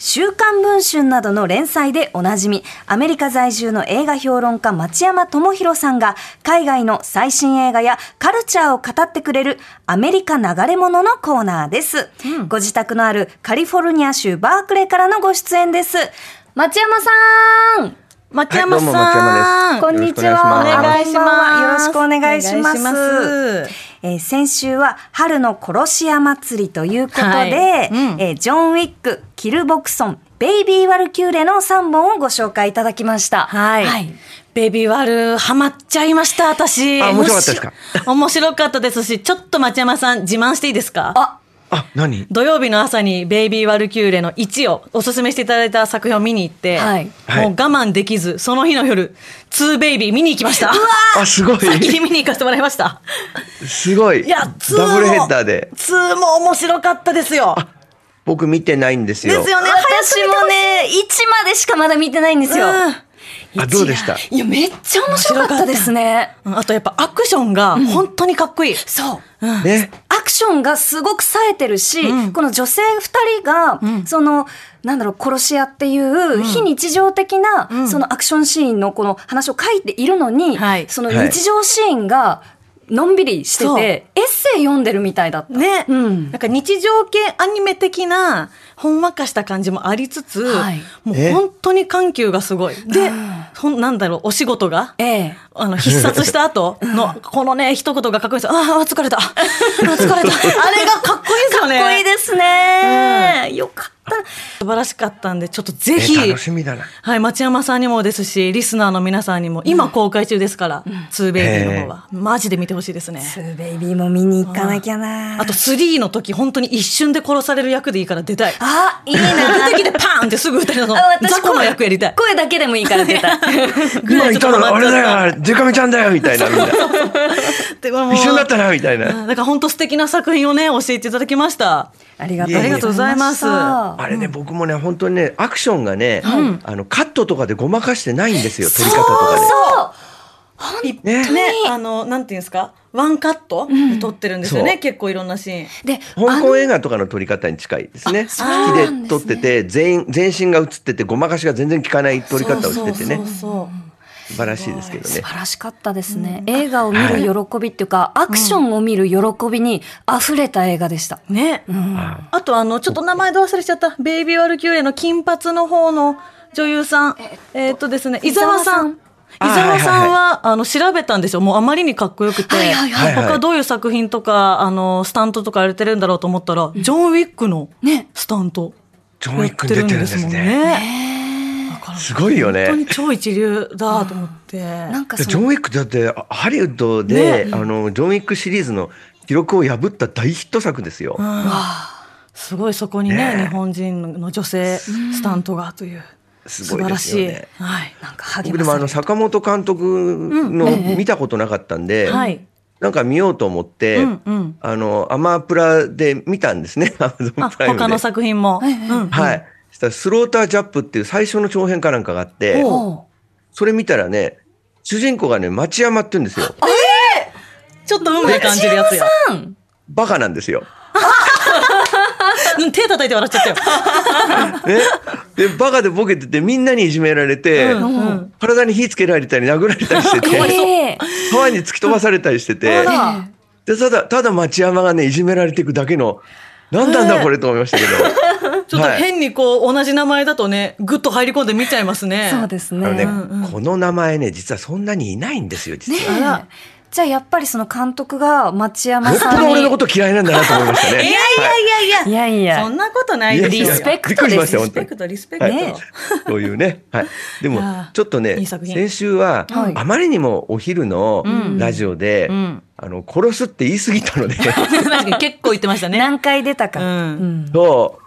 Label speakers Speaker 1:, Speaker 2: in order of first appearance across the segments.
Speaker 1: 週刊文春などの連載でおなじみ、アメリカ在住の映画評論家町山智博さんが、海外の最新映画やカルチャーを語ってくれる、アメリカ流れ物のコーナーです。ご自宅のあるカリフォルニア州バークレーからのご出演です。町山さん
Speaker 2: 松
Speaker 3: はい
Speaker 2: 山
Speaker 3: どう
Speaker 2: さん、
Speaker 3: も松山です
Speaker 1: こんにちは。
Speaker 3: よろしくお願い
Speaker 1: こんばんはよろしくお願いします。
Speaker 2: お願いします
Speaker 1: えー先週は春の殺し屋祭りということで、
Speaker 2: はいうん
Speaker 1: えージョン・ウィック、キル・ボクソン、ベイビー・ワルキューレの3本をご紹介いただきました。
Speaker 2: はい、ベビーワルハマっちゃいました私
Speaker 3: あ面白かったですか
Speaker 2: 面白かったですしちょっと松山さん自慢していいですか
Speaker 1: あ、
Speaker 3: あ、何
Speaker 2: 土曜日の朝にベイビーワルキューレの1をおすすめしていただいた作品を見に行って、
Speaker 1: はい
Speaker 2: もう我慢できずその日の夜2ベイビー見に行きました
Speaker 3: あ、すごい。
Speaker 2: 先に見に行かせてもらいました
Speaker 3: すごい。
Speaker 2: いや2も
Speaker 3: ダブルヘッダーで。
Speaker 2: 2も面白かったですよ
Speaker 3: 僕見てないんです
Speaker 2: で
Speaker 3: よ。
Speaker 2: すよね
Speaker 1: 私もね、1までしかまだ見てないんですよ。
Speaker 2: うん
Speaker 3: あ、どうでした
Speaker 1: いや、めっちゃ面白かったですね。
Speaker 2: うんあとやっぱアクションが本当にかっこいい、
Speaker 1: そう。
Speaker 3: ね。
Speaker 1: アクションがすごく冴えてるし、この女性2人が、その、なんだろう、殺し屋っていう、非日常的な、そのアクションシーンのこの話を書いているのに、
Speaker 2: はい
Speaker 1: その日常シーンが、のんびりしてて、
Speaker 2: そう
Speaker 1: エッセイ読んでるみたいだった。
Speaker 2: ね、
Speaker 1: うん
Speaker 2: なんか日常系アニメ的なほんわかした感じもありつつ、
Speaker 1: はい
Speaker 2: もう
Speaker 3: え
Speaker 2: 本当に緩急がすごいで、ほんなんだろうお仕事が
Speaker 1: ええ。
Speaker 2: あの必殺した後 のこのね一言がかっこいいですよああ疲れたあー疲れた あれがかっこいいですよね
Speaker 1: かっこいいですね、よかった。
Speaker 2: 素晴らしかったんでちょっとぜひ
Speaker 3: え楽しみだな。
Speaker 2: はい、町山さんにもですしリスナーの皆さんにも今公開中ですから「ツーベイビーの方はマジで見てほしいですね
Speaker 1: ツーベイビーも見に行かなきゃな
Speaker 2: あと3の時本当に一瞬で殺される役でいいから出たい
Speaker 1: あ、いいな
Speaker 2: 出てきてパーンってすぐ撃たれたの
Speaker 1: あ
Speaker 2: 雑魚の役やりたい
Speaker 1: 声だけでもいいから出たい。
Speaker 3: 今いたのあれだよあれ、デカミちゃんだよみたいな。みんな
Speaker 2: でももう
Speaker 3: 一緒になったなみたい
Speaker 2: うん
Speaker 3: な。
Speaker 2: だから本当素敵な作品をね教えていただきました
Speaker 1: ありがとう
Speaker 3: いえいえありがとう
Speaker 2: ございます
Speaker 1: した
Speaker 3: あれね、僕もね、本当にね、アクションがね、あの、カットとかでごまかしてないんですよ、撮り方とかで。
Speaker 1: そう
Speaker 3: ね
Speaker 2: ねあのなんていうんですかワンカットで撮ってるんですよね、
Speaker 3: そう
Speaker 2: 結構いろんなシーン
Speaker 1: で、
Speaker 3: 香港映画とかの撮り方に近いですね。
Speaker 1: うなんですね
Speaker 3: 引きで撮ってて、全員、全身が映ってて、ごまかしが全然効かない撮り方をしてて
Speaker 2: そう
Speaker 3: ね
Speaker 2: そう。そう
Speaker 3: 素晴らしいですけどね
Speaker 1: 素。晴らしかったですね、映画を見る喜びっていうか、アクションを見る喜びに溢れた映画でした、
Speaker 2: ね、あとあのちょっと名前ど忘れしちゃったベイビー・ワルキューレの金髪の方の女優さんえーっとですね伊沢さん伊
Speaker 3: 伊沢さ
Speaker 2: 沢
Speaker 3: ん
Speaker 2: さんはあの調べたんですよもうあまりにかっこよくて
Speaker 1: はいはい
Speaker 3: はいはいはい
Speaker 2: 他どういう作品とかあのスタントとかやれてるんだろうと思ったらジョン・ウィックの
Speaker 1: ね
Speaker 2: スタント
Speaker 3: ジョンウ
Speaker 2: や
Speaker 3: ィ
Speaker 2: っ
Speaker 3: ック
Speaker 2: て
Speaker 3: に出
Speaker 2: るん
Speaker 3: てるん
Speaker 2: で
Speaker 3: ですす
Speaker 2: もんね
Speaker 3: ね。すごいよ
Speaker 2: 本当
Speaker 3: ね
Speaker 2: に。超一流だと思って
Speaker 1: なんか
Speaker 3: で
Speaker 1: そ
Speaker 3: ジョ
Speaker 1: の
Speaker 3: ンウィックだってあハリウッドで、あのジョンウィックシリーズの記録を破った大ヒット作ですよ。
Speaker 2: すごいそこにね日
Speaker 3: ね
Speaker 2: 本人の女性スタントがという
Speaker 3: す
Speaker 2: 素
Speaker 3: ご
Speaker 2: 晴
Speaker 3: いで
Speaker 2: ら
Speaker 3: す
Speaker 2: し
Speaker 3: よ
Speaker 2: い
Speaker 3: ね。
Speaker 2: はい
Speaker 1: なんか励
Speaker 3: 僕
Speaker 1: ま
Speaker 3: でも
Speaker 1: さ
Speaker 3: あ
Speaker 1: れ
Speaker 3: の
Speaker 1: る
Speaker 3: 坂本監督の見たことなかったんで、
Speaker 2: はい
Speaker 3: なんか見ようと思って、
Speaker 2: うんうん
Speaker 3: あのアマプラで見たんですね。 アマゾ
Speaker 2: あ
Speaker 3: ンプライムで。
Speaker 2: 他の作品も、うん
Speaker 3: はい。そしたらスロータージャップっていう最初の長編かなんかがあって、
Speaker 1: おう
Speaker 3: それ見たらね、主人公がね、町山って言うんですよ。
Speaker 2: ちょっと運命感じるやつや
Speaker 3: バカなんですよ。
Speaker 2: うん手叩いて笑っちゃっ たよ。
Speaker 3: ね、でバカでボケててみんなにいじめられて、
Speaker 2: うんうん
Speaker 3: 体に火つけられたり殴られたりしてて
Speaker 1: ええ
Speaker 3: 川に突き飛ばされたりしてて
Speaker 2: あら
Speaker 3: でただただ町山がねいじめられていくだけの何なんだこれと思いましたけど、
Speaker 2: ちょっと
Speaker 3: はい
Speaker 2: 変にこう同じ名前だとね、ぐっと入り込んで見ちゃいますね。
Speaker 1: そうですね
Speaker 3: あのね、
Speaker 2: うんうん
Speaker 3: この名前ね実はそんなにいないんですよ実は。
Speaker 2: あら
Speaker 1: じゃあやっぱりその監督が町山
Speaker 3: よっぽ
Speaker 1: さん
Speaker 3: ど
Speaker 1: に
Speaker 3: 俺のこと嫌いなんだなと思いましたね。
Speaker 2: いやいやいやい
Speaker 1: い
Speaker 2: や。
Speaker 1: やいや
Speaker 2: そんなことないです
Speaker 3: い
Speaker 2: よ。
Speaker 3: やいや
Speaker 1: リスペク
Speaker 3: びっく
Speaker 1: ト
Speaker 3: りし
Speaker 1: で
Speaker 3: まし
Speaker 1: す
Speaker 3: た
Speaker 2: リ
Speaker 3: よ
Speaker 2: スペクト、リスペク
Speaker 3: は
Speaker 2: ト。
Speaker 3: い、そうい うね、はい、でも
Speaker 2: いやー
Speaker 3: ちょっとね
Speaker 2: いい作品
Speaker 3: 先週は、
Speaker 1: はい
Speaker 3: あまりにもお昼の
Speaker 2: うん
Speaker 3: ラジオで、
Speaker 2: うん
Speaker 3: あの殺すって言い過ぎたので
Speaker 2: 確かに結構言ってましたね。
Speaker 1: 何回出たか、
Speaker 2: うん
Speaker 1: うん
Speaker 3: そ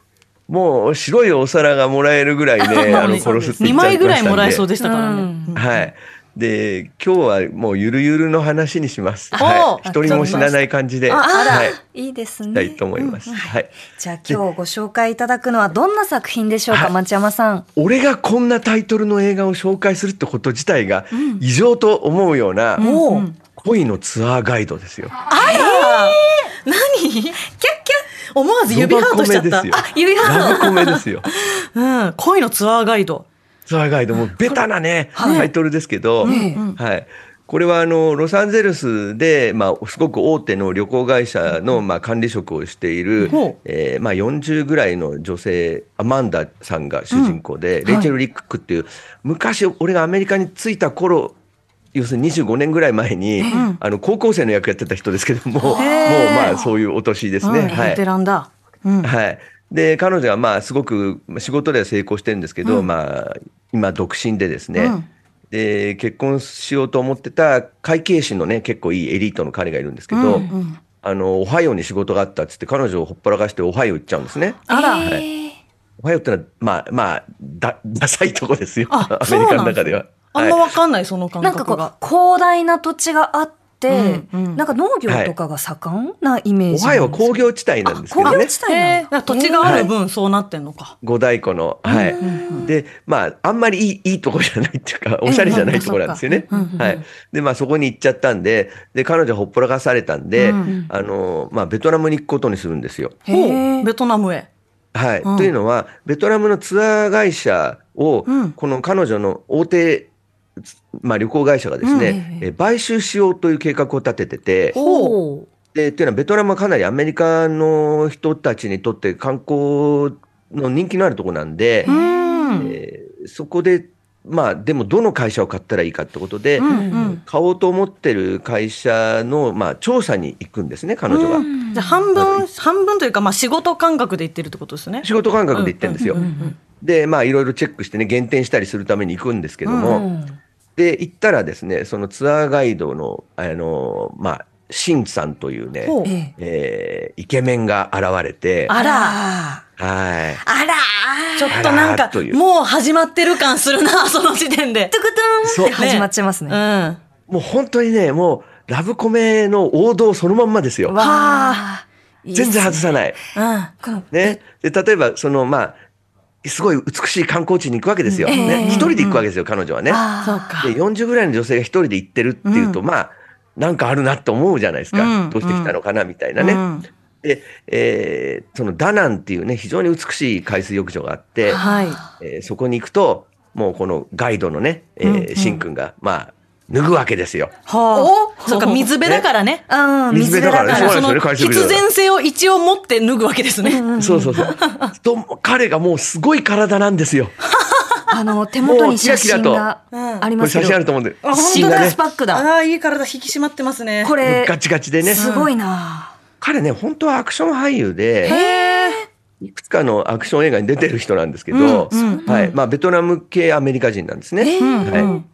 Speaker 3: うもう白いお皿がもらえるぐら いねあの殺すって
Speaker 2: 二
Speaker 3: 言っちゃ
Speaker 2: 枚
Speaker 3: い
Speaker 2: ぐ
Speaker 3: ま
Speaker 2: ら
Speaker 3: し
Speaker 2: い
Speaker 3: たんで
Speaker 2: もらえそうでしたから
Speaker 1: う
Speaker 2: ね
Speaker 1: ん。
Speaker 3: はいで今日はもうゆるゆるの話にします、
Speaker 2: おー
Speaker 3: はい、
Speaker 2: あ
Speaker 3: 一人も死なない感じで
Speaker 2: あ
Speaker 1: あら、
Speaker 3: はいい、、
Speaker 1: いです
Speaker 3: したい
Speaker 1: ね
Speaker 3: と思います、はい
Speaker 1: じゃあ今日ご紹介いただくのはどんな作品でしょうか、
Speaker 3: はい
Speaker 1: 町山さん
Speaker 3: 俺がこんなタイトルの映画を紹介するってこと自体が異常と思うような、
Speaker 2: おー
Speaker 3: 恋のツアーガイドですよ。
Speaker 2: 何キャッキャ思わず指ハートしちゃっ
Speaker 3: ロバ
Speaker 2: た
Speaker 3: コメですよ。
Speaker 1: 指ハート
Speaker 3: ラブコメですよ。
Speaker 2: うん、恋のツアーガイド。
Speaker 3: ツアーガイドもうベタなね、タイトルですけど、
Speaker 1: ね
Speaker 3: はい。これはあのロサンゼルスで、まあ、すごく大手の旅行会社の、まあ、管理職をしている
Speaker 2: ほう、
Speaker 3: えーまあ、40ぐらいの女性アマンダさんが主人公で、レイチェル・リックっていう昔俺がアメリカに着いた頃要するに25年ぐらい前に、あの高校生の役やってた人ですけどももう
Speaker 2: へー
Speaker 3: まあそういうお年ですね。
Speaker 2: うん、
Speaker 3: はい
Speaker 2: ベテランだ。うん。
Speaker 3: はい。で、彼女はまあすごくまあ仕事では成功してるんですけど、まあ今独身でですね、
Speaker 2: うん
Speaker 3: で、結婚しようと思ってた会計士のね、結構いいエリートの彼がいるんですけど、あの、オハイオに仕事があったっつって彼女をほっぽらかしてオハイオ行っちゃうんですね。
Speaker 2: あら、
Speaker 1: え
Speaker 3: オハイオってのは、まあまあ、だ、ダサいとこですよ。 ア
Speaker 2: あ、
Speaker 3: メ
Speaker 2: そう
Speaker 3: リカ
Speaker 2: な
Speaker 3: の
Speaker 2: んす
Speaker 3: 中では。
Speaker 2: あん
Speaker 3: はい
Speaker 2: まわかんない、その感
Speaker 1: なんかこ
Speaker 2: 覚
Speaker 1: う
Speaker 2: が。
Speaker 1: 広大な土地があって、
Speaker 2: うんうん
Speaker 1: なんか農業とかが盛んなイメー
Speaker 3: オ
Speaker 1: ジ
Speaker 3: ハイオは工業地帯
Speaker 1: あ
Speaker 3: なんですけど
Speaker 1: 工
Speaker 3: ね
Speaker 1: 業。地帯な
Speaker 2: へ
Speaker 1: んだ
Speaker 2: ーなんか土地がある分、そうなってんのか。
Speaker 3: 五大湖の、はい。で、まあ、あんまりいい、いいとこじゃないっていうか、おしゃれじゃないとこなんですよね。
Speaker 2: うんうんうん
Speaker 3: はい。で、まあ、そこに行っちゃったんで、で、彼女はほっぽらかされたんで、
Speaker 2: うん
Speaker 3: あの、まあ、ベトナムに行くことにするんですよ。
Speaker 1: へー
Speaker 2: ほうベトナムへ。
Speaker 3: はい。
Speaker 2: うん
Speaker 3: というのは、ベトナムのツアー会社を、
Speaker 2: うん
Speaker 3: この彼女の大手、まあ、旅行会社がですね、
Speaker 1: うん
Speaker 3: え買収しようという計画を立ててて、
Speaker 1: ほう
Speaker 3: で、というのはベトナムはかなりアメリカの人たちにとって観光の人気のあるとこなんで、
Speaker 2: うん。
Speaker 3: えーそこで、まあ、でもどの会社を買ったらいいかってことで、
Speaker 2: うんうん
Speaker 3: 買おうと思ってる会社の、まあ、調査に行くんですね、彼女が。
Speaker 2: じゃあ半分、半分というか、まあ仕事感覚で言ってるってことですね。
Speaker 3: 仕事感覚で行ってるんですよ。
Speaker 2: うんうんうん
Speaker 3: で、まあ、いろいろチェックしてね、減点したりするために行くんですけども、
Speaker 1: うん
Speaker 3: で、行ったらですね、そのツアーガイドの、あの、まあ、シンさんというね、
Speaker 2: ほう
Speaker 1: ええ
Speaker 3: えーイケメンが現れて、
Speaker 1: あ
Speaker 2: あら、
Speaker 1: ら
Speaker 3: はい。
Speaker 1: あら
Speaker 2: ちょっとなん
Speaker 3: あら
Speaker 2: か
Speaker 3: とい、う
Speaker 2: もう始まってる感するな、 その時点で。
Speaker 1: トゥクトゥン
Speaker 3: そ
Speaker 1: っ
Speaker 3: う
Speaker 1: て始まっちゃいます
Speaker 2: う
Speaker 1: ね
Speaker 2: ん。あ
Speaker 3: もう本当にね、もう、ラブコメの王道そのまんまですよ。
Speaker 1: わあ
Speaker 2: あ。
Speaker 3: 全然外さない。
Speaker 1: この
Speaker 3: ね。で、例えば、その、まあ、すごい美しい観光地に行くわけですよ。
Speaker 1: うんええ
Speaker 3: ね。一人で行くわけですよ、彼女はね。
Speaker 1: あ
Speaker 2: そう
Speaker 1: ー
Speaker 2: か。
Speaker 3: で、40ぐらいの女性が一人で行ってるっていうと、まあ、なんかあるなって思うじゃないですか。
Speaker 2: うん
Speaker 3: どうしてきたのかな、みたいな
Speaker 2: う
Speaker 3: ね。
Speaker 2: ん
Speaker 3: で、えーそのダナンっていうね、非常に美しい海水浴場があって、
Speaker 2: はい。
Speaker 3: えーそこに行くと、もうこのガイドのね、え
Speaker 2: うんう
Speaker 3: ー、
Speaker 2: ん
Speaker 3: シンくんが、まあ、脱ぐわけですよ。
Speaker 2: はあ。そうか、水辺だからね。
Speaker 1: うん水
Speaker 3: 水
Speaker 1: 辺だ
Speaker 3: 辺だか
Speaker 1: から
Speaker 3: ね
Speaker 1: ら
Speaker 3: そう
Speaker 2: そ
Speaker 3: なん
Speaker 2: の
Speaker 3: ですよね
Speaker 2: 必然性を一応持って脱ぐわけですね。
Speaker 3: そうそうそう。と彼がもうすごい体なんですよ。
Speaker 1: あの手元に写真が
Speaker 2: もうキラキラと
Speaker 1: あり
Speaker 3: こ
Speaker 1: ま
Speaker 3: れ
Speaker 1: すけど
Speaker 3: 写真あると思うんで。
Speaker 2: あ本
Speaker 1: シ
Speaker 2: 当
Speaker 1: ング
Speaker 2: だ
Speaker 1: ルスパックだ
Speaker 2: ああ、いい体引き締まってますね。
Speaker 1: これ
Speaker 3: ガチガチでね。
Speaker 1: すごいな
Speaker 3: 彼ね、本当はアクション俳優で、
Speaker 2: へえ。
Speaker 3: いくつかのアクション映画に出てる人なんですけど、
Speaker 2: うんうんうん
Speaker 3: はい。まあ、ベトナム系アメリカ人なんですね。はい。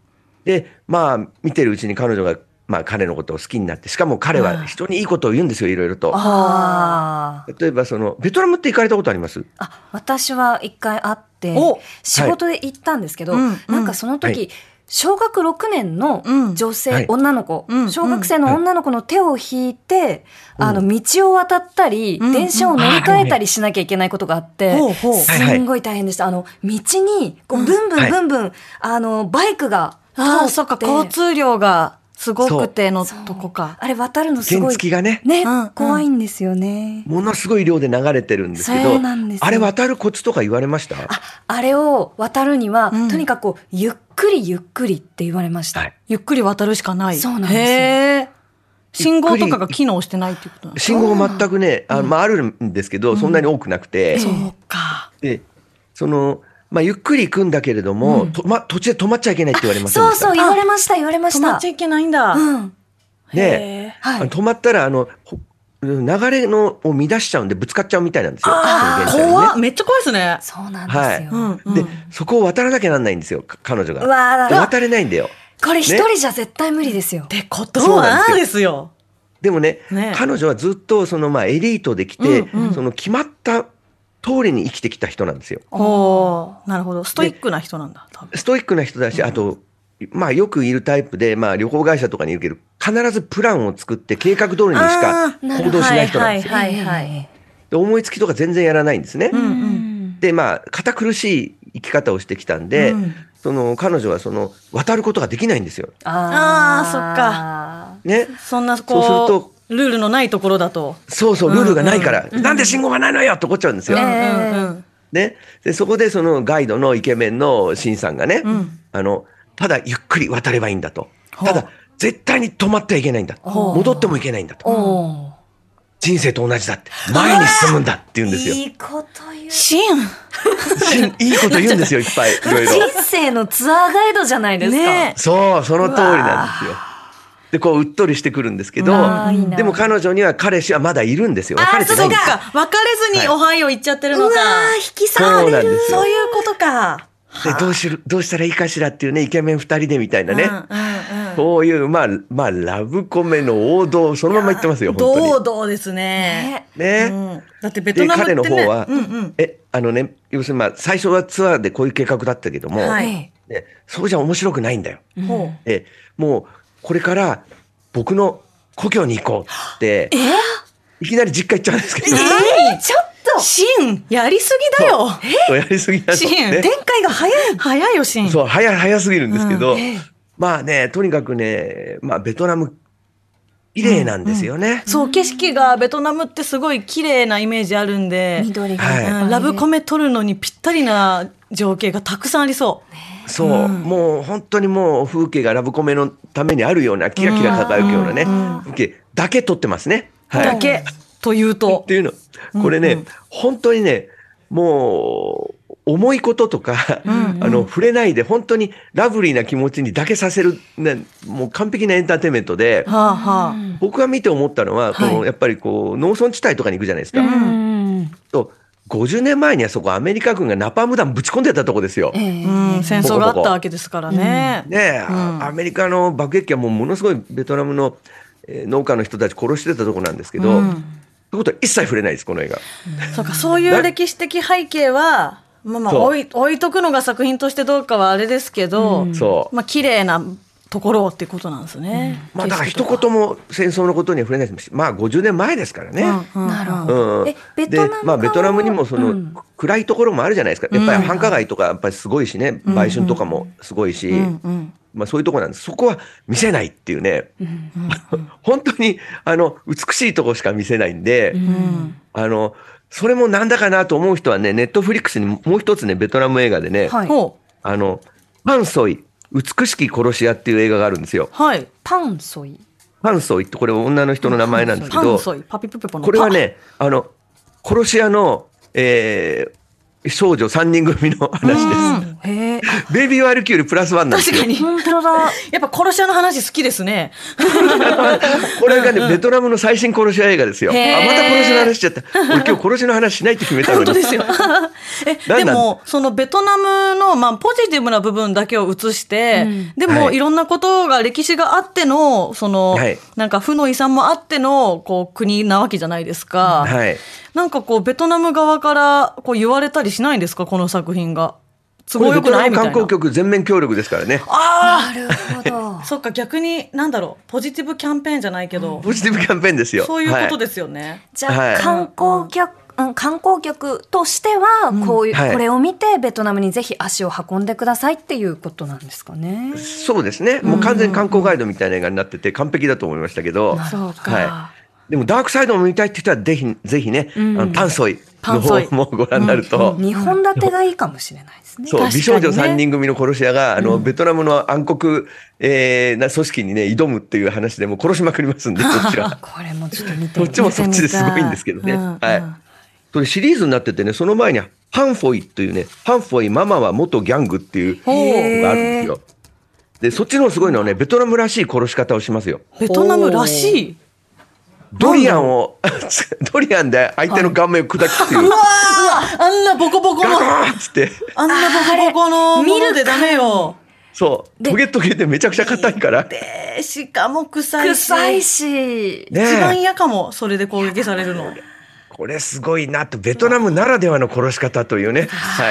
Speaker 3: で、まあ、見てるうちに彼女が、まあ、彼のことを好きになって、しかも彼は人にいいことを言うんですよ、いろいろと。
Speaker 1: あー
Speaker 3: 例えば、その、ベトナムって行かれたことあります
Speaker 1: あ私は一回会って
Speaker 2: お
Speaker 1: 仕事で行ったんですけど、
Speaker 2: はいうんうん
Speaker 1: なんかその時、
Speaker 3: はい
Speaker 1: 小学6年の女性、
Speaker 3: はい
Speaker 1: 女の子、
Speaker 2: うん
Speaker 1: 小学生の女の子の手を引いて、あの道を渡ったり、
Speaker 2: ん
Speaker 1: 電車を乗り換えたりしなきゃいけないことがあって、
Speaker 2: ほうほう
Speaker 1: すんごい大変でした。あの道にこうブンブ
Speaker 3: は
Speaker 1: ン
Speaker 3: い
Speaker 1: ブンブン、あのバイクが通って
Speaker 2: ああ、そっか、交通量がすごくてのとこか。
Speaker 1: あれ渡るのす
Speaker 3: 原
Speaker 1: ごい
Speaker 3: 付がね、
Speaker 1: ね、
Speaker 2: うん
Speaker 1: 怖いんですよね。
Speaker 3: ものすごい量で流れてるんですけ
Speaker 1: そ
Speaker 3: ど
Speaker 1: うなんです、よ
Speaker 3: あれ渡るコツとか言われました
Speaker 1: あれを渡るには、
Speaker 2: うん
Speaker 1: とにかくゆっくりゆっくりって言われました。
Speaker 3: はい
Speaker 2: ゆっくり渡るしかない。
Speaker 1: そうなんですよ
Speaker 2: へえ。信号とかが機能してないっていうことなんです
Speaker 3: 信号全くね、あまあ、あるんですけど、そんなに多くなくて、
Speaker 1: そ
Speaker 2: か
Speaker 1: う
Speaker 2: そうか。
Speaker 3: で、その、まあ、ゆっくり行くんだけれども、とま、途中で止まっちゃいけないって言われません
Speaker 1: そ
Speaker 3: で
Speaker 1: う
Speaker 3: した
Speaker 1: そう、言われました、言われまし
Speaker 2: 止
Speaker 1: た。
Speaker 2: まっちゃいけないんだ。
Speaker 1: うん。
Speaker 3: ね
Speaker 2: へえ
Speaker 1: は
Speaker 3: あの
Speaker 1: い。
Speaker 3: 止まったら、あの、ほ流れのを乱しちゃうんでぶつかっちゃうみたいなんですよ。
Speaker 2: ああ、
Speaker 3: その電車にね
Speaker 2: 怖っめっちゃ怖いですね。
Speaker 1: そうなんですよ。
Speaker 2: うんうん。
Speaker 3: で、そこを渡らなきゃなんないんですよ、か彼女が。
Speaker 1: うわー
Speaker 3: で渡れないんだよ。
Speaker 1: これ一人じゃ絶対無理ですよ
Speaker 2: っ。てこと
Speaker 3: そうなん
Speaker 2: は
Speaker 3: ですよ
Speaker 2: ですよ。
Speaker 3: でもね、
Speaker 2: ね
Speaker 3: 彼女はずっと、その、まあ、エリートで来て、
Speaker 2: うんうん
Speaker 3: その、決まった通りに生きてきた人なんですよ。
Speaker 2: おーなるほど。ストイックな人なんだ、多分。
Speaker 3: ストイックな人だし、あと、まあよくいるタイプで、まあ旅行会社とかにいるけど、必ずプランを作って計画通りにしか
Speaker 2: あーなる
Speaker 3: 行動しない人なんですよ。
Speaker 2: はいはいはい。
Speaker 3: で思いつきとか全然やらないんですね。
Speaker 2: うんう。
Speaker 1: うんん。
Speaker 3: で、まあ、堅苦しい生き方をしてきたんで、
Speaker 2: うん
Speaker 3: その彼女はその渡ることができないんですよ。
Speaker 1: あー
Speaker 2: あ
Speaker 3: ね。
Speaker 2: そんな
Speaker 3: そうする
Speaker 2: ことうルールのないところだと。
Speaker 3: そうそう、ルールがないから、なんで信号がないのよって怒っちゃうんです
Speaker 2: う
Speaker 3: よ
Speaker 2: んう。
Speaker 1: え
Speaker 2: んうん。
Speaker 3: ね、でそこでそのガイドのイケメンのシンさんがね、
Speaker 2: ん
Speaker 3: あのただゆっくり渡ればいいんだと
Speaker 2: う
Speaker 3: ただ絶対に止まってはいけないんだ
Speaker 1: ほう
Speaker 3: 戻ってもいけないんだと
Speaker 1: お
Speaker 3: 人生と同じだって前に進むんだって言うんですよ
Speaker 1: いいこと言う。
Speaker 2: シン
Speaker 3: いいこと言うんですよいっぱいい ろいろ
Speaker 1: 人生のツアーガイドじゃないですか。
Speaker 2: ね
Speaker 3: そうその通りなんですよでこううっとりしてくるんですけど
Speaker 1: あーいいな
Speaker 3: でも彼女には彼氏はまだいるんですよ別れてないんですよ
Speaker 2: か別れずにオハイオ行っちゃってる
Speaker 1: う
Speaker 2: の
Speaker 1: わ
Speaker 2: か、
Speaker 1: ー引き裂か
Speaker 3: そうな
Speaker 1: れ
Speaker 3: んで
Speaker 1: る。
Speaker 3: すよ
Speaker 1: そういうことか。
Speaker 3: でどうしるどうしたらいいかしらっていうねイケメン二人でみたいなね、
Speaker 2: うんうんうん
Speaker 3: こういう、まあ、まあ、ラブコメの王道をそのまま言ってますよ、本
Speaker 2: 堂
Speaker 3: 当に。
Speaker 2: 々ですね
Speaker 1: ね
Speaker 3: ね。
Speaker 2: うんだってベトナムって、ね、
Speaker 3: で彼の方は
Speaker 2: うんうん
Speaker 3: え、あのね、要するに、まあ、最初はツアーでこういう計画だったけども、
Speaker 2: はい
Speaker 1: え
Speaker 3: ね、そうじゃ面白くないんだよ。
Speaker 1: え
Speaker 2: ほ
Speaker 3: え、もう、これから僕の故郷に行こうって、いきなり実家行っちゃうんですけ
Speaker 1: え
Speaker 3: ど、
Speaker 1: ーちょっ
Speaker 2: うシンやりすぎだよ
Speaker 3: やりすぎなの
Speaker 2: シーン
Speaker 1: と
Speaker 3: ね
Speaker 1: 展開が早い。
Speaker 2: 早いよシン
Speaker 3: そう、早い、早すぎるんですけど、
Speaker 1: うんええ
Speaker 3: まあね、とにかくね、まあ、ベトナム、綺麗なんですよね。
Speaker 2: そう景色がベトナムってすごい綺麗なイメージあるんで、
Speaker 1: 緑が、
Speaker 3: はい
Speaker 1: いっぱい
Speaker 2: うん
Speaker 1: ね
Speaker 2: ラブコメ撮るのにぴったりな情景がたくさんありそう、
Speaker 3: そう、もう本当にもう風景がラブコメのためにあるようなキラキラ輝くようなね、風景だけ撮ってますね。はい、
Speaker 2: だ
Speaker 3: っ
Speaker 2: けというと
Speaker 3: ていうのこれね、本当にねもう重いこととか、あの触れないで本当にラブリーな気持ちにだけさせる、ね、もう完璧なエンターテインメントで。
Speaker 2: はあはあ
Speaker 3: 僕が見て思ったのは、
Speaker 2: はい
Speaker 3: このやっぱりこう農村地帯とかに行くじゃないですか。
Speaker 1: うん。
Speaker 3: と50年前にはそこアメリカ軍がナパーム弾ぶち込んでたとこですよ。
Speaker 1: ええ
Speaker 2: うん、戦争があったわけですからね。
Speaker 3: ねえ、
Speaker 2: ん
Speaker 3: アメリカの爆撃機はもうものすごいベトナムの、えー農家の人たち殺してたとこなんですけど、
Speaker 2: うん
Speaker 3: ということは一切触れないですこの映画。
Speaker 2: そうか、そういう歴史的背景は、まあまあ
Speaker 3: そう
Speaker 2: 置い、置いとくのが作品としてどうかはあれですけど、
Speaker 3: そう
Speaker 2: まあ、綺麗なところっていうことなんですね。
Speaker 3: まあだから
Speaker 2: 景色
Speaker 3: 一
Speaker 2: と
Speaker 3: 言も戦争のことには触れないですし、まあ50年前ですからね。
Speaker 2: うんうん
Speaker 1: なるほ
Speaker 3: う
Speaker 1: ど。
Speaker 3: んうん
Speaker 1: えベ
Speaker 3: で
Speaker 1: トナム側、
Speaker 3: まあ、ベトナムにもその、
Speaker 1: うん
Speaker 3: 暗いところもあるじゃないですかやっぱり繁華街とかやっぱりすごいしね、売春とかもすごいし、
Speaker 2: うん
Speaker 3: まあ、そういうとこなんですそこは見せないっていうね、 本当にあの美しいとこしか見せないんで、あのそれもなんだかなと思う人はねネットフリックスにもう一つねベトナム映画でね、
Speaker 1: はい
Speaker 2: ほう
Speaker 3: あのパンソイ美しき殺し屋っていう映画があるんですよ。
Speaker 2: はい。
Speaker 1: パンソイ。
Speaker 3: パンソイってこれ女の人の名前なんですけ
Speaker 2: パン
Speaker 3: ど
Speaker 2: ソイ、パピプペポの
Speaker 3: これは、ねあの殺し屋の、えー少女3人組の話です。
Speaker 1: へえ。
Speaker 3: ベイビーワールキュールプラスワンなんです
Speaker 2: 確
Speaker 3: よ
Speaker 2: か。に。
Speaker 1: 本当だ。
Speaker 2: やっぱ殺し屋の話好きですね。
Speaker 3: これがね、ベトナムの最新殺し屋映画ですよ。あ、
Speaker 2: へー
Speaker 3: また殺しの話しちゃった。俺今日殺しの話しないって決めたの
Speaker 2: 本当で
Speaker 3: に。
Speaker 2: すよ。 え、
Speaker 3: な
Speaker 2: で
Speaker 3: んなん
Speaker 2: も、そのベトナムの、まあ、ポジティブな部分だけを映して、
Speaker 1: うん
Speaker 2: でも、
Speaker 3: はい
Speaker 2: い、ろんなことが歴史があっての、その、
Speaker 3: はい
Speaker 2: なんか負の遺産もあっての、こう、国なわけじゃないですか。
Speaker 3: はい。
Speaker 2: なんかこう、ベトナム側から、こう、言われたりしないんですかこの作品が。都
Speaker 3: これ
Speaker 2: 合
Speaker 3: ベ
Speaker 2: よく
Speaker 3: ト
Speaker 2: な
Speaker 3: ナ
Speaker 2: いみ
Speaker 3: ム
Speaker 2: たい
Speaker 3: 観
Speaker 2: な。
Speaker 3: 光局全面協力ですからね。
Speaker 1: なるほど。
Speaker 2: そっか、逆に、なんだろう、ポジティブキャンペーンじゃないけど、
Speaker 3: ポジティブキャンペーンですよ。
Speaker 2: そういうこと
Speaker 3: で。
Speaker 2: ですよね。
Speaker 1: じゃあ、
Speaker 3: はい
Speaker 1: 観光客、うん、観光客としては、こういう、
Speaker 3: はい
Speaker 1: これを見て、ベトナムにぜひ足を運んでくださいっていうことなんですかね。
Speaker 3: そうですね。もう完全に観光ガイドみたいな映画になってて完璧だと思いましたけど。
Speaker 1: そうか
Speaker 3: はい。でもダークサイドも見たいって人はぜひ、ぜひね、あの、パンソイの
Speaker 2: パンソイ
Speaker 3: 方もご覧になると。
Speaker 1: 日本立てがいいかもしれないですね。。
Speaker 3: そ
Speaker 2: 確か
Speaker 3: う、
Speaker 2: にね
Speaker 3: 美少女3人組の殺し屋が、あの、ベトナムの暗黒、えーな組織にね、挑むっていう話でもう殺しまくりますんで、こっちは
Speaker 1: これもちょっと見て
Speaker 3: こっちもそっちですごいんです
Speaker 1: け
Speaker 3: けどね。
Speaker 2: うんうん
Speaker 3: はい。それシリーズになっててね、その前に、ハンフォイというね、ハンフォイママは元ギャングっていうのがあるんですよ。で、そっちのすごいのはね、ベトナムらしい殺し方をしますよ。
Speaker 2: ベトナムらしい。
Speaker 3: ドリアンを、 ドリアンで相手の顔面を砕くっていう、
Speaker 2: あんなボコボコ
Speaker 3: ガ
Speaker 2: の。
Speaker 3: ガーッつって、
Speaker 2: あんなボコボコのものでダメよ。
Speaker 3: そう、トゲトゲでめちゃくちゃ硬いから、
Speaker 2: で、しかも臭
Speaker 1: ど。
Speaker 2: いし。
Speaker 1: 臭いし。
Speaker 3: ね
Speaker 2: 一番嫌かも、それで攻撃されるの。
Speaker 3: これすごいなとベトナムならではの殺し方というね、は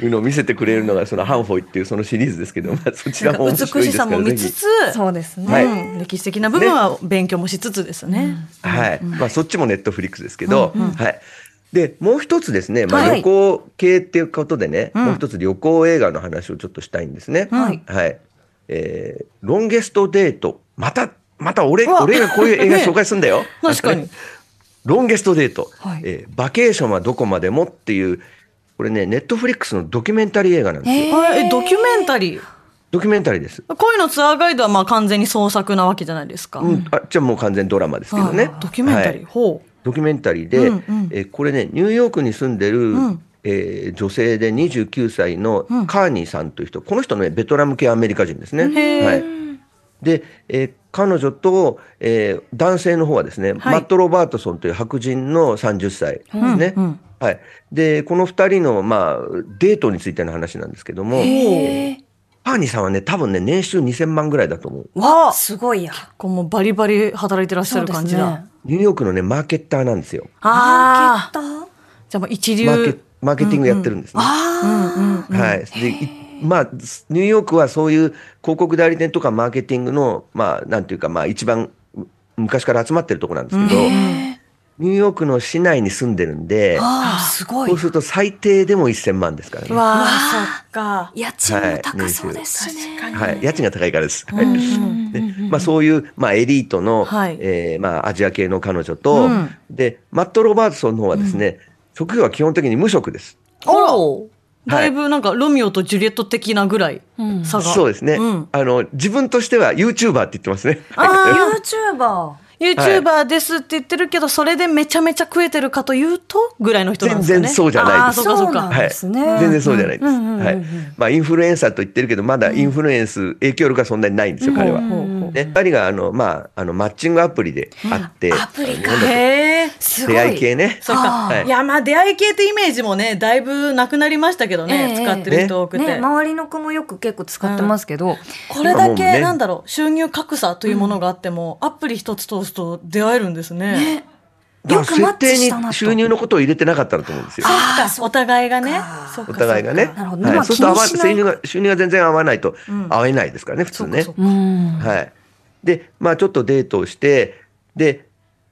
Speaker 3: い、いうのを見せてくれるのがそのハンフォイっていうそのシリーズですけど、まあ、そち
Speaker 2: な
Speaker 3: ら
Speaker 2: んか
Speaker 3: も面
Speaker 2: 美
Speaker 3: 白い
Speaker 2: し
Speaker 3: です
Speaker 2: さも
Speaker 3: からぜ
Speaker 2: 見つ
Speaker 3: ひ
Speaker 2: つ、
Speaker 1: そうですね。
Speaker 3: はいう
Speaker 2: うん歴史的な部分は勉強もしつつですね。
Speaker 3: はい、まあそっちもネットフリックスですけど、はい。でもう一つですね、まあ
Speaker 1: はい
Speaker 3: 旅行系っていうことでね、もう一つ旅行映画の話をちょっとしたいんですね。
Speaker 1: はい
Speaker 3: はい。えーロンゲストデート、またまた俺
Speaker 2: うわ
Speaker 3: 俺がこういう映画紹介するんだよ。
Speaker 2: 確かに
Speaker 3: あとねロンゲストデート、
Speaker 1: はい
Speaker 3: えーバケーションはどこまでもっていうこれね、ネットフリックスのドキュメンタリー映画なんですよ。
Speaker 2: あえドキュメンタリー
Speaker 3: ドキュメンタリーです。
Speaker 2: 恋のツアーガイドはまあ完全に創作なわけじゃないですか、
Speaker 3: うん、あじゃあもう完全ドラマですけどね
Speaker 2: あ。ドキュメンタリー、
Speaker 3: はい
Speaker 2: ほう
Speaker 3: ドキュメンタリーで、
Speaker 2: うんうん
Speaker 3: えーこれね、ニューヨークに住んでる、
Speaker 2: ん
Speaker 3: えー女性で29歳のカーニーさんという人、この人ね、ベトナム系アメリカ人ですね。
Speaker 2: へー
Speaker 3: はい、で、えー彼女と、えー男性の方はですね、
Speaker 2: はい
Speaker 3: マット・ロバートソンという白人の30歳ですね。
Speaker 2: うんうん
Speaker 3: はい、でこの2人の、まあ、デートについての話なんですけども、
Speaker 1: へえ。
Speaker 3: カーニーさんはね多分ね年収2000万ぐらいだと思う
Speaker 2: わあ
Speaker 1: すごいや。
Speaker 2: こうもうバリバリ働いてらっしゃ
Speaker 1: そう
Speaker 2: る
Speaker 1: です
Speaker 2: 感じだ、
Speaker 1: ね。
Speaker 3: ニューヨークのねマーケッターなんですよ
Speaker 1: あ
Speaker 2: ああ
Speaker 1: ー。
Speaker 2: じゃあもう一流
Speaker 3: マーケマーケティングやってるんですね、
Speaker 1: あ
Speaker 3: はいでいまあすニューヨークはそういう広告代理店とかマーケティングのまあなんていうかまあ一番む昔から集まってるとこなんですけど、ニューヨークの市内に住んでるんで
Speaker 1: あ。すごい
Speaker 3: そう。すると最低でも1000万ですからね
Speaker 2: うわあ
Speaker 1: わ
Speaker 2: そっか
Speaker 1: 家賃も高そうですしね。
Speaker 3: はい、家賃が高いからです。
Speaker 2: ん
Speaker 1: うん
Speaker 3: でまあ、そういう、まあ、エリートの、
Speaker 2: はい
Speaker 3: えーまあ、アジア系の彼女と、
Speaker 2: うん
Speaker 3: でマット・ロバートソンの方はですね、職業は基本的に無職です。
Speaker 2: あらだいぶなんかロミオとジュリエット的なぐらい
Speaker 1: うん
Speaker 2: 差が、
Speaker 3: そうですね、
Speaker 2: うん
Speaker 3: あの自分としては YouTuber って言ってますね。
Speaker 1: あー、YouTuber。
Speaker 2: YouTuber ですって言ってるけど、それでめちゃめちゃ食えてるかというとぐらいの人なんですかね。
Speaker 3: 全然そうじゃないです
Speaker 2: ああ、そうかそう
Speaker 1: そう
Speaker 2: か。
Speaker 1: なんですね
Speaker 3: はい、全然そうじゃないです。
Speaker 1: うんうんうんうん
Speaker 3: はいまあ、インフルエンサーと言ってるけどまだインフルエンス、影響力がそんなにないんですよ彼は。
Speaker 2: うん
Speaker 3: ね、
Speaker 2: うんうん
Speaker 3: 2人があの、まあ、あのマッチングアプリで会って、
Speaker 1: アプリか
Speaker 3: あの
Speaker 2: へえ。
Speaker 1: すごい。
Speaker 3: 出会い系ね。
Speaker 2: そうか。
Speaker 3: はい
Speaker 2: い、や、まあ出会い系ってイメージもね、だいぶなくなりましたけど
Speaker 1: え
Speaker 2: ね、
Speaker 1: え
Speaker 2: 使ってる人多くて。
Speaker 1: ね、周りの子もよく結構使ってますけど、
Speaker 2: これだ
Speaker 3: 今もう
Speaker 2: け、
Speaker 3: ね
Speaker 2: なんだろう、収入格差というものがあっても、アプリ一つ通すと出会えるんですね。
Speaker 3: だか
Speaker 1: よ
Speaker 3: ら
Speaker 1: くマッ
Speaker 3: 設
Speaker 1: チ
Speaker 3: 定
Speaker 1: したなと
Speaker 3: に収入のことを入れてなかったんだと思うんですよ。
Speaker 2: あお互いがね。そうか
Speaker 3: お互いがね。
Speaker 2: そうか
Speaker 1: なるほど
Speaker 3: は
Speaker 1: まあ
Speaker 3: い、そうすると合わ
Speaker 1: 気にしない
Speaker 3: 収入が収入が全然合わないと合えないですからね、普通ね
Speaker 2: そう。か
Speaker 1: うん。
Speaker 3: はい。で、まあちょっとデートをして、で、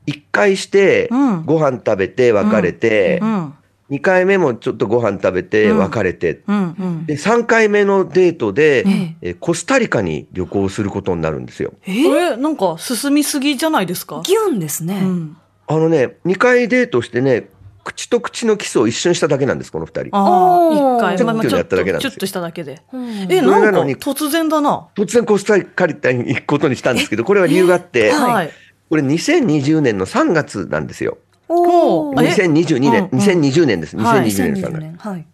Speaker 3: 1回して
Speaker 2: うん
Speaker 3: ご飯食べて別れて、
Speaker 2: うん。
Speaker 3: 2回目もちょっとご飯食べて別れて、
Speaker 2: うん。うん。
Speaker 3: で、3回目のデートで、
Speaker 1: え
Speaker 3: えーコスタリカに旅行することになるんですよ。
Speaker 2: ええ、なんか進みすぎじゃないですか。
Speaker 1: ギュンですね。
Speaker 2: うん。
Speaker 3: あのね、2回デートしてね、口と口のキスを一瞬しただけなんです、この2人。
Speaker 2: ああ、
Speaker 1: おー
Speaker 2: 一回。
Speaker 1: ちょっと
Speaker 2: まあまあ
Speaker 3: やっただけなんです
Speaker 2: ちょ
Speaker 3: よ
Speaker 2: っとしただけで。
Speaker 1: うん
Speaker 2: え、
Speaker 3: それ
Speaker 2: な
Speaker 3: なん
Speaker 2: か
Speaker 3: のに
Speaker 2: 突然だな。
Speaker 3: 突然コスタリカに行くことにしたんですけど、これは理由があって、
Speaker 2: はい。
Speaker 3: これ2020年の3月なんですよ。
Speaker 1: おー
Speaker 2: あれ
Speaker 3: 2022年、
Speaker 2: うんうん
Speaker 3: 2020年です。
Speaker 2: はい
Speaker 3: 2020
Speaker 1: 2020
Speaker 3: 年3月。
Speaker 1: 年。はい。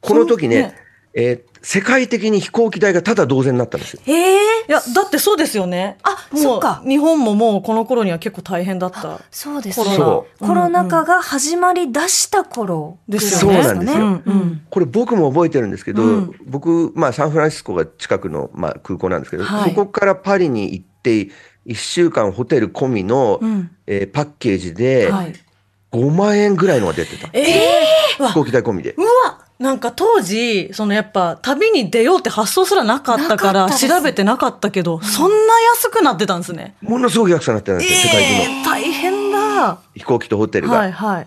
Speaker 3: この時ね
Speaker 2: そうね
Speaker 3: えー世界的に飛行機代がただ同然になったんですよ。
Speaker 1: ええ
Speaker 2: いや、だってそうですよね。
Speaker 1: あ
Speaker 2: もう
Speaker 1: そっか
Speaker 2: 日本ももうこの頃には結構大変だった。
Speaker 1: そうです
Speaker 2: コ
Speaker 1: ね。
Speaker 3: ロ
Speaker 2: ナ
Speaker 1: コロナ禍が始まり出した頃ぐらいですかね。
Speaker 3: そうなんですよ
Speaker 2: うん
Speaker 3: これ僕も覚えてるんですけど、
Speaker 2: うん
Speaker 3: 僕、まあ、サンフランシスコが近くの、まあ、空港なんですけど、
Speaker 2: はい
Speaker 3: そこからパリに行って、1週間ホテル込みの、
Speaker 2: うん。
Speaker 3: えーパッケージで、
Speaker 2: はい。
Speaker 3: 5万円ぐらいのが出てた。
Speaker 2: ええーわ
Speaker 3: 飛行機代込みで
Speaker 2: う。わなんか当時、そのやっぱ旅に出ようって発想すらなかった
Speaker 1: な
Speaker 2: から
Speaker 1: かったです
Speaker 2: 調べてなかったけど、そんな安くなってたんですね。
Speaker 3: ものすごく安くなってたんですよ、世界中の
Speaker 2: えー大変だ。
Speaker 3: 飛行機とホテルが。
Speaker 2: はいはい。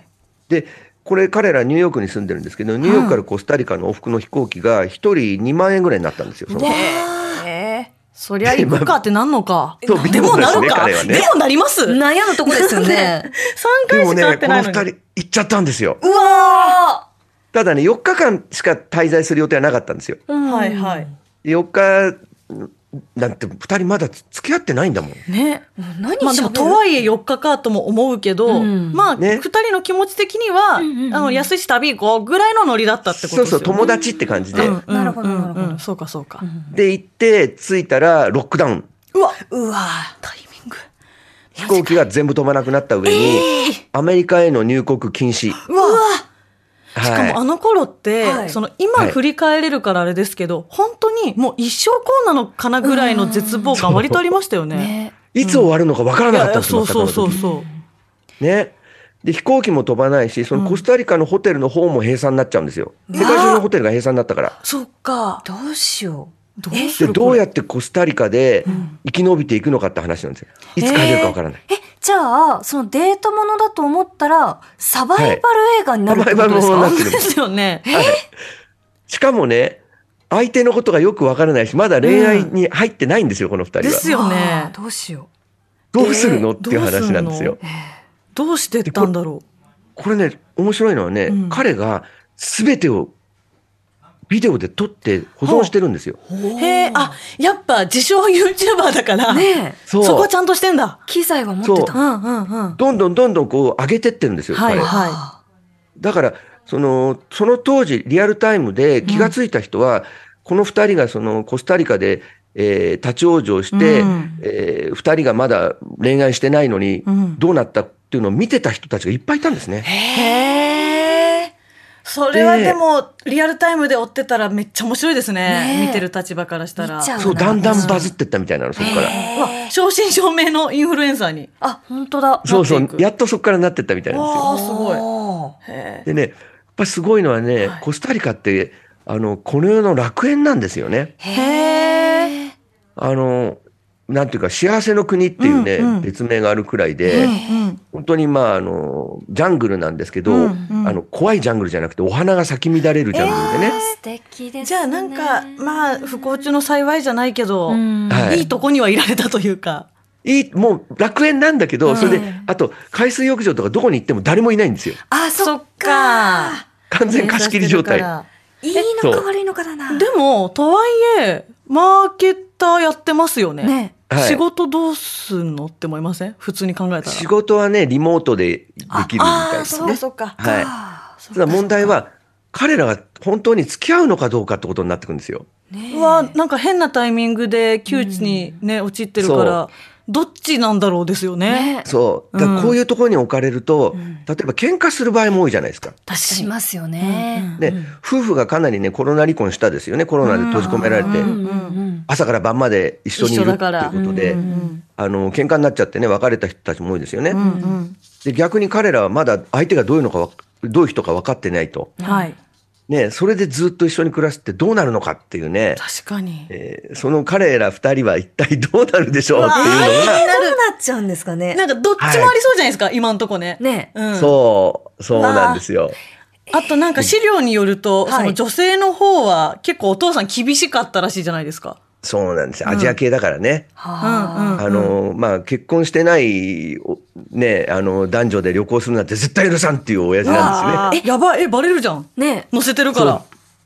Speaker 3: でこれ彼らニューヨークに住んでるんですけどニューヨークからコスタリカの往復の飛行機が1人2万円ぐらいになったんですよ。その
Speaker 2: えーそりゃ行くかってなんのか。
Speaker 3: そう
Speaker 2: でもなるか。
Speaker 3: 彼はね
Speaker 2: でもなります。3
Speaker 1: 悩むとこですよ ね。
Speaker 3: で
Speaker 2: 回
Speaker 3: も
Speaker 2: し
Speaker 3: ね
Speaker 2: か会っ
Speaker 3: こ
Speaker 2: て
Speaker 3: の
Speaker 2: ない
Speaker 3: 2
Speaker 2: のに。
Speaker 3: 人行っちゃったんですよ。
Speaker 1: うわ
Speaker 3: ただね4日間しか滞在する予定はなかったんですよ。
Speaker 1: ー、うん
Speaker 2: はいはい。
Speaker 3: 4日なんて2人まだ付き合ってないんだもん。
Speaker 2: ね。
Speaker 1: 何
Speaker 2: まあでもとはいえ4日かとも思うけど、
Speaker 1: うん
Speaker 2: まあ
Speaker 3: ね
Speaker 2: 2人の気持ち的には、
Speaker 1: んうんうん
Speaker 2: あの安いし旅行こうぐらいのノリだったってこと
Speaker 3: そ
Speaker 2: で
Speaker 3: う
Speaker 2: す
Speaker 3: そ
Speaker 2: よ
Speaker 3: う
Speaker 2: ね。
Speaker 3: 友達って感じで。
Speaker 2: うんうん
Speaker 1: なるほどなるほど
Speaker 2: うんうんそうかそうか。
Speaker 3: で行って着いたらロックダウン。
Speaker 2: うわ
Speaker 1: うわ
Speaker 2: タイミング。
Speaker 3: 飛行機が全部飛ばなくなった上に、アメリカへの入国禁止。
Speaker 2: うわしか
Speaker 3: はい
Speaker 2: もあの頃って、
Speaker 1: はい
Speaker 2: その今振り返れるからあれですけど、本当にもう一生こうなのかなぐらいの絶望感割とありましたよ
Speaker 1: ー
Speaker 2: ね。
Speaker 1: ね。
Speaker 3: いつ終わるのかわから
Speaker 2: い
Speaker 3: なかっ
Speaker 2: やい
Speaker 3: た
Speaker 2: や
Speaker 3: んですよ
Speaker 2: そうそうそう
Speaker 3: 全くあの時
Speaker 2: そう。
Speaker 3: ね。で、飛行機も飛ばないし、そのコスタリカのホテルの方も閉鎖になっちゃうんですよ。世界中のホテルが閉鎖になったから。
Speaker 2: そっか。
Speaker 1: どうしよう。
Speaker 2: どう
Speaker 1: え
Speaker 2: す
Speaker 3: で、
Speaker 2: る
Speaker 3: どう
Speaker 2: これ
Speaker 3: やってコスタリカで生き延びていくのかって話なんですよ。いつ帰れるかわからない。
Speaker 1: え、じゃあ、そのデートものだと思ったら、サバイバル映画になるってことですか、
Speaker 3: はいサバイバルもの になってる
Speaker 2: ですよね。
Speaker 3: はいしかもね、相手のことがよくわからないし、まだ恋愛に入ってないんですよ、この二人
Speaker 2: で
Speaker 3: は
Speaker 2: す。よ
Speaker 1: あ
Speaker 2: ね
Speaker 1: ー。どうしよ
Speaker 3: どうするのっていう
Speaker 2: どう
Speaker 3: 話
Speaker 2: すんの
Speaker 3: なんですよ。
Speaker 2: どうしてったんだろ
Speaker 3: これね、面白いのはね、
Speaker 2: うん
Speaker 3: 彼が全てをビデオで撮って保存してるんですよ。
Speaker 2: へえ、あ、やっぱ自称 YouTuber だから、
Speaker 1: ねえ
Speaker 3: そう
Speaker 2: そこはちゃんとしてんだ。
Speaker 1: 機材は持って
Speaker 2: う
Speaker 1: た。
Speaker 2: んうんうん。
Speaker 3: どんどんどんどんこう上げてってるんですよ、
Speaker 2: はい
Speaker 3: 彼
Speaker 2: はい。
Speaker 3: だから、その、その当時、リアルタイムで気がついた人は、この二人がそのコスタリカで、えー立ち往生して、
Speaker 2: うん
Speaker 3: えー二人がまだ恋愛してないのに
Speaker 2: ん、
Speaker 3: どうなったっていうのを見てた人たちがいっぱいいたんですね。
Speaker 2: へえ。それは
Speaker 3: で
Speaker 2: でも、リアルタイムで追ってたらめっちゃ面白いですね。
Speaker 1: ねえ
Speaker 2: 見てる立場からしたら。
Speaker 1: 見ちゃ
Speaker 2: う
Speaker 1: う
Speaker 3: そう、だんだんバズってったみたいなの、そこか
Speaker 2: わ
Speaker 3: ら。
Speaker 2: 正真正銘のインフルエンサーに。
Speaker 1: あ、本当だ。
Speaker 3: そうそ
Speaker 2: なっ
Speaker 3: う
Speaker 2: てい、く
Speaker 3: やっとそこからなってったみたいなんですよ。
Speaker 2: わあ、すごい。
Speaker 1: おー
Speaker 2: へ
Speaker 3: でね、やっぱりすごいのはね、コスタリカって、あの、この世の楽園なんですよね。
Speaker 1: へえ。
Speaker 3: あの、なんていうか、幸せの国っていうね、
Speaker 2: うんうん
Speaker 3: 別名があるくらいで、
Speaker 2: え。うん。
Speaker 3: 本当にまあ、あの、ジャングルなんですけど、
Speaker 2: うんうん
Speaker 3: あの、怖いジャングルじゃなくて、お花が咲き乱れるジャングルでね。
Speaker 1: 素敵ですね。
Speaker 2: じゃあなんか、まあ、不幸中の幸いじゃないけど、
Speaker 1: うん
Speaker 3: はい
Speaker 2: いいとこにはいられたというか。
Speaker 3: いい、もう楽園なんだけど、
Speaker 2: うん
Speaker 3: それで、あと、海水浴場とかどこに行っても誰もいないんですよ。
Speaker 1: あ、そっか。。
Speaker 3: 完全貸し切り状態。
Speaker 1: いいのか悪いのかだな。
Speaker 2: でも、とはいえ、マーケターやってますよね。
Speaker 1: ね
Speaker 3: はい
Speaker 2: 仕事どうすんのって思いません普通に考えたら。
Speaker 3: 仕事はね、リモートでできるみたいですね。
Speaker 2: うか
Speaker 3: はい。
Speaker 1: あーそ
Speaker 3: ただ問題は、彼らが本当に付き合うのかどうかってことになってくるんですよ。
Speaker 1: ね
Speaker 2: うわ、なんか変なタイミングで窮地にね、陥ってるから、どっちなんだろうですよね。
Speaker 1: ね
Speaker 3: そう。だか
Speaker 2: う
Speaker 3: ら
Speaker 2: ん
Speaker 3: こういうところに置かれると、例えば喧嘩する場合も多いじゃないですか。
Speaker 2: 確
Speaker 1: し
Speaker 2: か
Speaker 1: ますよね。
Speaker 3: で、夫婦がかなりね、コロナ離婚したですよね。コロナで閉じ込められて、
Speaker 2: うん
Speaker 1: うん
Speaker 3: 朝から晩まで一緒にいるっていうこと
Speaker 2: に。
Speaker 3: で、
Speaker 2: うん
Speaker 3: あの、喧嘩になっちゃってね、別れた人たちも多いですよね。
Speaker 2: うん
Speaker 3: で、逆に彼らはまだ相手がどういうのかわ、どういう人か分かってないと。
Speaker 2: うん。はい。
Speaker 3: ね、それでずっと一緒に暮らすってどうなるのかっていうね、
Speaker 2: 確かに。
Speaker 3: えーその彼ら二人は一体どうなるでしょうって
Speaker 1: え
Speaker 3: いうのが、
Speaker 1: ーどうなっちゃうんですかね。
Speaker 2: なんかどっちもありそうじゃないですか、今んとこね。
Speaker 1: ね
Speaker 2: うん。
Speaker 3: そう、そうなんですよ。
Speaker 2: あとなんか資料によると、
Speaker 1: はい
Speaker 2: その女性の方は結構お父さん厳しかったらしいじゃないですか。
Speaker 3: そうなんですよ。アジア系だからね。
Speaker 1: は
Speaker 2: うん
Speaker 3: あの、まあ、結婚してない、おね、あの、男女で旅行するなんて絶対許さんっていう親父なん
Speaker 2: あ
Speaker 3: ですね。
Speaker 2: やばい、え、バレるじゃん。
Speaker 1: あ。ね
Speaker 2: 載せてるから。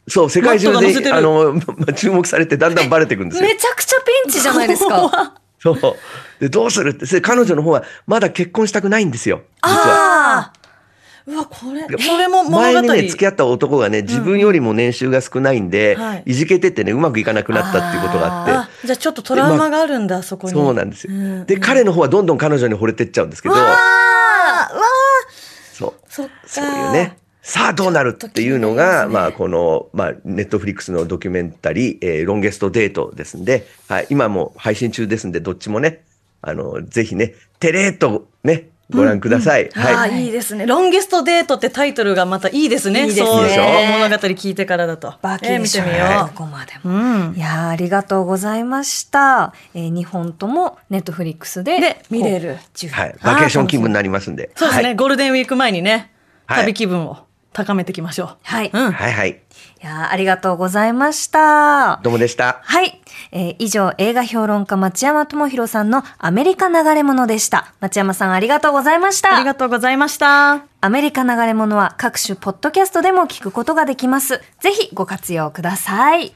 Speaker 3: そう、世界中
Speaker 2: マットが載せて
Speaker 3: で、
Speaker 2: る
Speaker 3: あの、 ま注目されてだんだんバレていくんですよ
Speaker 1: め。ちゃくちゃピンチじゃないですか。
Speaker 3: そう。で、どうするって。それで彼女の方はまだ結婚したくないんですよ。実は。
Speaker 1: あ
Speaker 2: うわ、これ、それも物
Speaker 3: 前
Speaker 2: 語。
Speaker 3: にね、付き合った男がね、自分よりも年収が少ないんで、
Speaker 2: はい
Speaker 3: いじけててね、うまくいかなくなったっていうことがあっ
Speaker 2: あ
Speaker 3: て、
Speaker 2: じゃあちょっとトラウマがあるんだ、そこに。
Speaker 3: そうなんですよ。
Speaker 2: うん
Speaker 3: で、彼の方はどんどん彼女に惚れてっちゃうんですけど、
Speaker 2: あーわ
Speaker 3: そう。
Speaker 2: ーそっか。
Speaker 3: そういうね。さあどうなるっていうの
Speaker 2: ちょっと気になりま
Speaker 3: が、
Speaker 2: すね
Speaker 3: まあこの、まあネットフリックスのドキュメンタリー、えーロンゲストデートですんで、はい、今も配信中ですんで、どっちもね、あの、ぜひね、テレーとね、ご覧ください。
Speaker 2: あ
Speaker 3: は
Speaker 2: あ、
Speaker 3: い。
Speaker 2: いいですね。ロンゲストデートってタイトルがまたいいですね。
Speaker 1: いいですね
Speaker 2: そういう物語聞いてからだと
Speaker 1: あ。。バキ
Speaker 2: えー
Speaker 1: で
Speaker 2: 見
Speaker 1: してょ
Speaker 2: み
Speaker 1: ど
Speaker 2: よ
Speaker 1: こまで
Speaker 2: う。
Speaker 1: も。
Speaker 2: うん。
Speaker 1: いやーありがとうございました。えー、2本ともネットフリックスで
Speaker 2: で見れる
Speaker 1: こう十分
Speaker 3: はい。バケーション気分になりますんで。
Speaker 2: そうですね、
Speaker 3: はい。
Speaker 2: ゴールデンウィーク前にね、
Speaker 3: はい
Speaker 2: 旅気分を高めていきましょう。
Speaker 1: はい。
Speaker 2: う
Speaker 1: い
Speaker 2: ん。
Speaker 3: はいはい。
Speaker 1: やーありがとうございました。
Speaker 3: どうもでした。
Speaker 1: はい。えー以上、映画評論家町山智博さんのアメリカ流れ物でした。町山さんありがとうございました。
Speaker 2: ありがとうございました。
Speaker 1: アメリカ流れ物は各種ポッドキャストでも聞くことができます。ぜひご活用ください。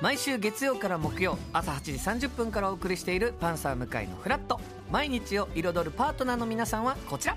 Speaker 4: 毎週月曜から木曜朝8時30分からお送りしている「パンサー向井のフラット」毎日を彩るパートナーの皆さんはこちら